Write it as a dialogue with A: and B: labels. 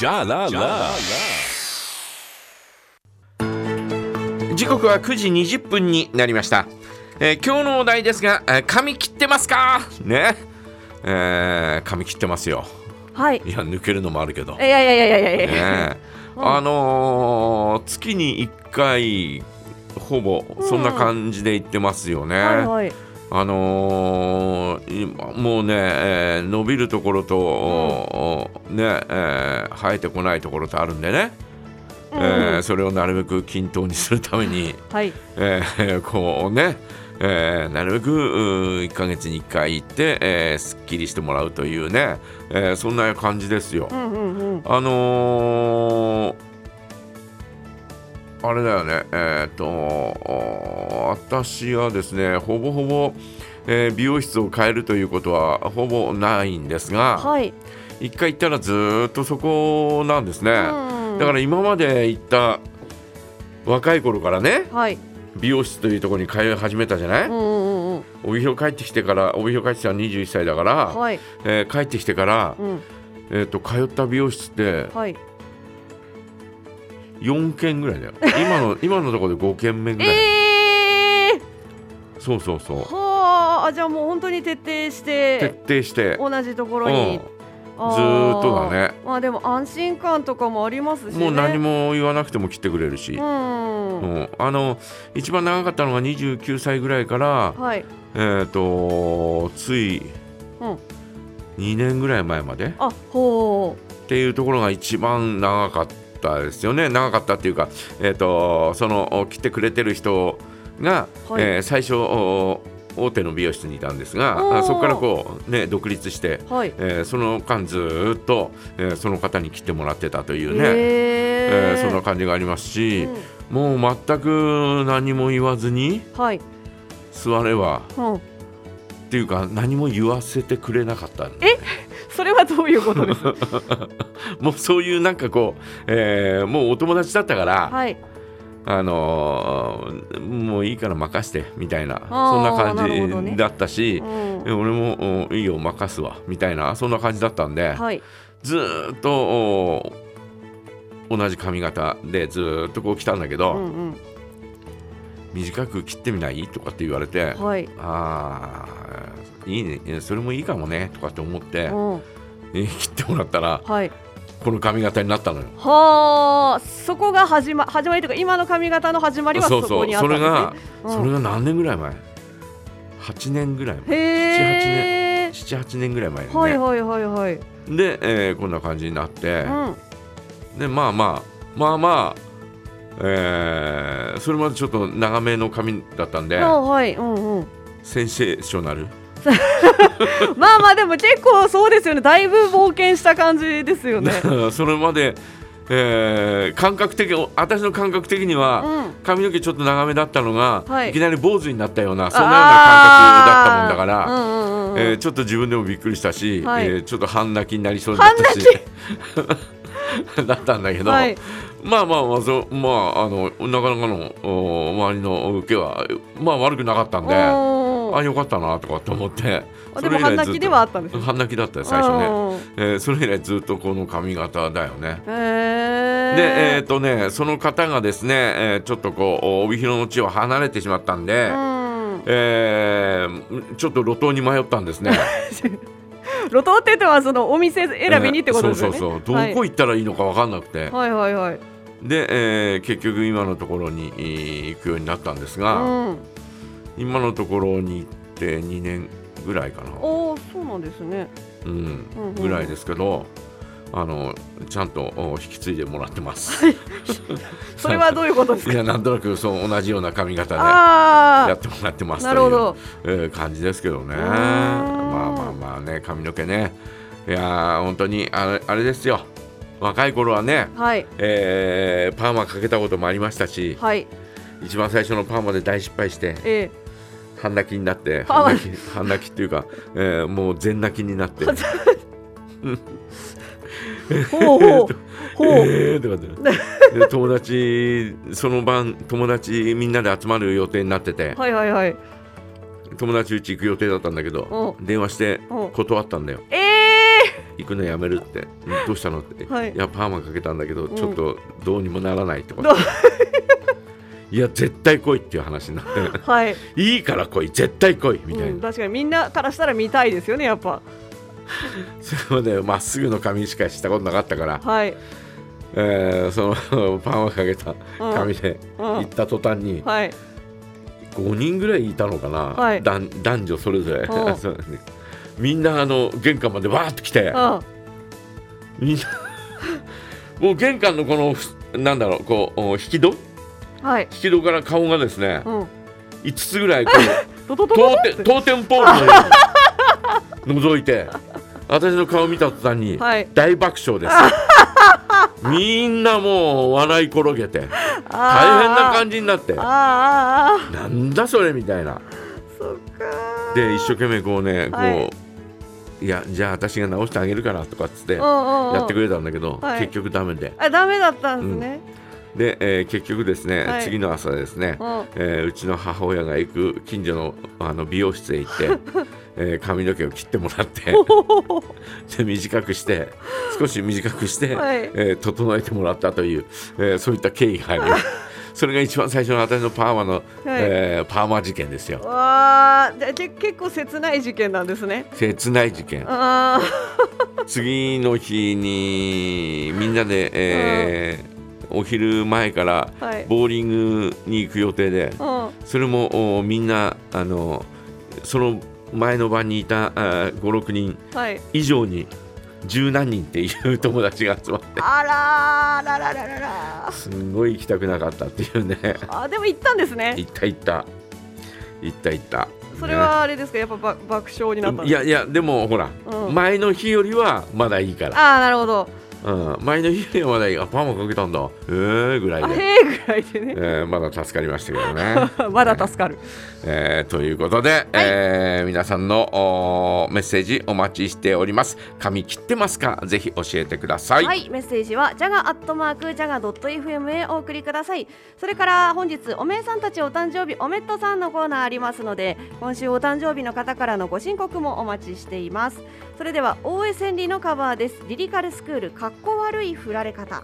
A: Ja la la.
B: 時刻は9時20分になりました、えー今日のお題ですが、えー髪切ってますかねえー髪切ってますよ
C: はい。
B: いや抜けるのもあるけど、
C: いやいやいやいやいやいや。
B: ねあのー月に1回ほぼそんな感じで行ってますよね、
C: はいはい。
B: あのー今もうね、えー伸びるところと、ねえー生えてこないところとあるんでね、えーそれをなるべく均等にするために、
C: はい。
B: えー こうね、えーなるべく1ヶ月に1回行って、えーすっきりしてもらうというね、えーそんな感じですよ。
C: うんうんうん。
B: あのーあれだよね、えー、と私はですね、ほぼほぼ、えー美容室を変えるということはほぼないんですが、
C: はい。
B: 一回行ったらずーっとそこなんですね。
C: うん
B: だから今まで行った若い頃からね、
C: はい。
B: 美容室というところに通い始めたじゃない、
C: うんうんうんうん。
B: 帯広帰ってきてから、帯広帰ってきたのは21歳だから、
C: はい。
B: えー帰ってきてから
C: う、ん。
B: えー、と通った美容室って、
C: はい。
B: 4件ぐらいだよ今 の今のところで5件目ぐ
C: え
B: らい、
C: え
B: そうそうそう
C: ー。はああ。じゃあもう本当に徹底して
B: 徹底して、
C: 同じところ
B: うん
C: に。、
B: ずーっとだね
C: あー。まあでも安心感とかもありますしね。
B: もう何。も言わなくても切ってくれるし、
C: う
B: うん
C: ん。
B: あの一番長かったのが29歳ぐらいから、
C: はい。
B: えー、とつい
C: うん
B: 2年ぐらい前まで
C: あほ
B: っていうところが一番長かったですよね長かったっていうか、えー、とその切ってくれてる人が、
C: はい
B: えー最初お大手の美容室にいたんです
C: お
B: が
C: ー
B: あそこからこう、ね、独立して、
C: う。はい。
B: えーその間ずーっと、えーその方に切ってもらってたというね、え
C: え
B: ーそんな感じがありますし、もう全く何も言わずに
C: うんはい。
B: 座れば
C: うん。
B: っていうか何も言わせてくれなかったんで
C: それはどういうことです か。
B: もうそういうなんかこう、えーもうお友達だったから。
C: はい。
B: あのーもういいから任してみたいな
C: あー
B: そんな
C: なるほど
B: 感じ
C: ね
B: だったし、
C: うん
B: え。俺もうんいいよ任すわみたいなそんな感じだったんで、
C: はい。
B: ずーっとお同じ髪型でずーっとこう来たんだけど、
C: うん
B: 短く切ってみないとかって言われて、
C: うん。はい。
B: あーいいねえそれもいいかもねとかって思って
C: う、ん。
B: え切ってもらったら
C: はい。
B: この髪型になったのよ。
C: はあ、そこが始ま始まりというか今の髪型の始まりはそこにあっ
B: そ
C: たんで
B: れ
C: すね。
B: が、
C: うん
B: それが何年ぐらい前8年ぐらい前
C: へえ。
B: 78年ぐらい前にね、
C: はいはいはいはい。
B: で、えーこんな感じになって
C: う、ん。
B: でまあまあまあまあえーそれまでちょっと長めの髪だったんで
C: あはい。うんうん。
B: センセーショナル
C: まあまあでも結構そうですよね。だいぶ冒険した感じですよね。
B: それまで、えー感覚的私の感覚的に
C: うん。
B: は、
C: は
B: 髪の毛ちょっと長めだったのが、
C: はい
B: い、きなり坊主になったようなそんなような感覚だったもんだから、
C: うんうんうんうん。
B: えーちょっと自分でもびっくりしたし、
C: はい
B: えーちょっと半泣きになりそうになったし だったんだけど、
C: はい
B: まあまあまあそうまああのなかなかのお周りの受けはまあ悪くなかったんで、
C: うん
B: あよかったなとかと思って
C: あでも半泣きではあったんですね。
B: 半泣きだったよ最初ね、
C: ね。
B: えーそれ以来ずっとこの髪型だよね。
C: へえ。
B: でえーとね、その方がですね、えーちょっとこう帯広の地を離れてしまったんで、
C: うん。
B: えーちょっと路頭に迷ったんですね。
C: 路頭って言ってはそのお店 選びにってことですよね。
B: えーそうそうそう、
C: はい
B: どこ行ったらいいのか分かんなくて、
C: はいはいはい。
B: で、えー結局今のところにえー行くようになったんですが、
C: うん。
B: 今のところに行って2年ぐらいかな、
C: おお、そうなんですね。
B: うん
C: うんうん
B: ぐらいですけどあのちゃんとお引き継いでもらってます。
C: それはどういうことです
B: い
C: か。
B: やなんとなくそう同じような髪型でや
C: あ
B: ってもらってま
C: あ、
B: す
C: なるほど。
B: という、えー感じですけどね。ま
C: ん
B: あまあまあね髪の毛ねいやー本当にあれあれですよ若い頃はね
C: はい
B: えーパーマかけたこともありましたし、
C: はい。
B: 一番最初のパーマで大失敗して
C: え
B: 半泣きになって
C: パーマ
B: 半泣き半泣きっていうか、えーもう全泣きにな って「
C: え、 ほうほうほう。
B: えー」とかってで友達その晩友達みんなで集まる予定になってて
C: はいはいはい。
B: 友達うち行く予定だったんだけど電話して
C: うん
B: 断ったんだよ
C: ええ
B: 行くのやめるってうんどうしたのって、
C: はい
B: やパーマかけたんだけど
C: ん
B: ちょっとどうにもならないと
C: ど
B: か、いや絶対来いっていう話になっ て
C: はい、
B: いいから来い絶対来いみたい
C: うん
B: な、
C: 確かにみんなからしたら見たいですよねやっぱ
B: それまでまっすぐの髪しかしたことなかったから、
C: はい
B: えーそのパーマかけた髪で
C: うん
B: 行った途端に
C: はい
B: 5人ぐらいいたのかな、
C: はい
B: 男男女それぞれ、
C: うん
B: そうだねみんなあの玄関までわーって来て、
C: あ
B: みんな もう玄関のこのふなんだろうこうお引き戸引
C: はい
B: き戸から顔がですね、
C: うん
B: 5つぐらいこう
C: トトトト
B: 当店当店ポールのように覗いて私の顔見た途端に
C: はい
B: 大爆笑 ですみんなもう笑い転げて大変な
C: じ
B: 感じになって
C: あーあーあ
B: なんだそれみたいな
C: ーそっかー
B: で一生懸命こうねこう、
C: はい
B: い、やじゃあ私が直してあげるからとかっつってや
C: うんうんうん
B: ってくれたんだけど、
C: はい
B: 結局ダメで
C: あダメだったんですね、
B: で、えー結局ですね、
C: はい
B: 次の朝ですね、
C: うん
B: えーうちの母親が行く近所のあの美容室へ行って、 えー髪の毛を切ってもらって で短くして少し短くして、
C: はい
B: えー整えてもらったという、えーそういった経緯 がありますそれが一番最初の私のパーマの、えーパーマ事件ですよ
C: わあ、じゃあけ結構切ない事件なんですね。
B: 切ない事件
C: あ
B: 次の日にみんなで、えーお昼前から
C: はい
B: ボーリングに行く予定で、
C: あ、うん、
B: それもおみんなあのその前の晩にいた56人
C: はい。
B: 以上に十何人っていう友達が集まって
C: あらー、ららららら。
B: すんごい行きたくなかったって いうね
C: あ、でも行ったんですね。
B: 行った行った行った行った
C: それはあれですか、やっぱば爆笑になっ
B: ね
C: たん
B: い
C: です
B: や
C: か。
B: いやでもほら、
C: うん
B: 前の日よりはまだいいから、
C: あー、なるほど。
B: うん、前の日よりはまだいいあパーマかけたんだえーぐらい
C: あ、
B: で。
C: へえぐらいでね。
B: えーまだ助かりましたけどね。
C: まだ助かる。
B: えーということで、えー皆さんのおーメッセージお待ちしております。髪切ってますかぜひ教えてください。
A: はい、メッセージはジャガアットマークジャガドット FM へお送りくださいそれから本日おめえさんたちお誕生日おめっとさんのコーナーありますので今週お誕生日の方からのご申告もお待ちしていますそれでは大江千里のカバーですリリカルスクールかっこ悪い振られ方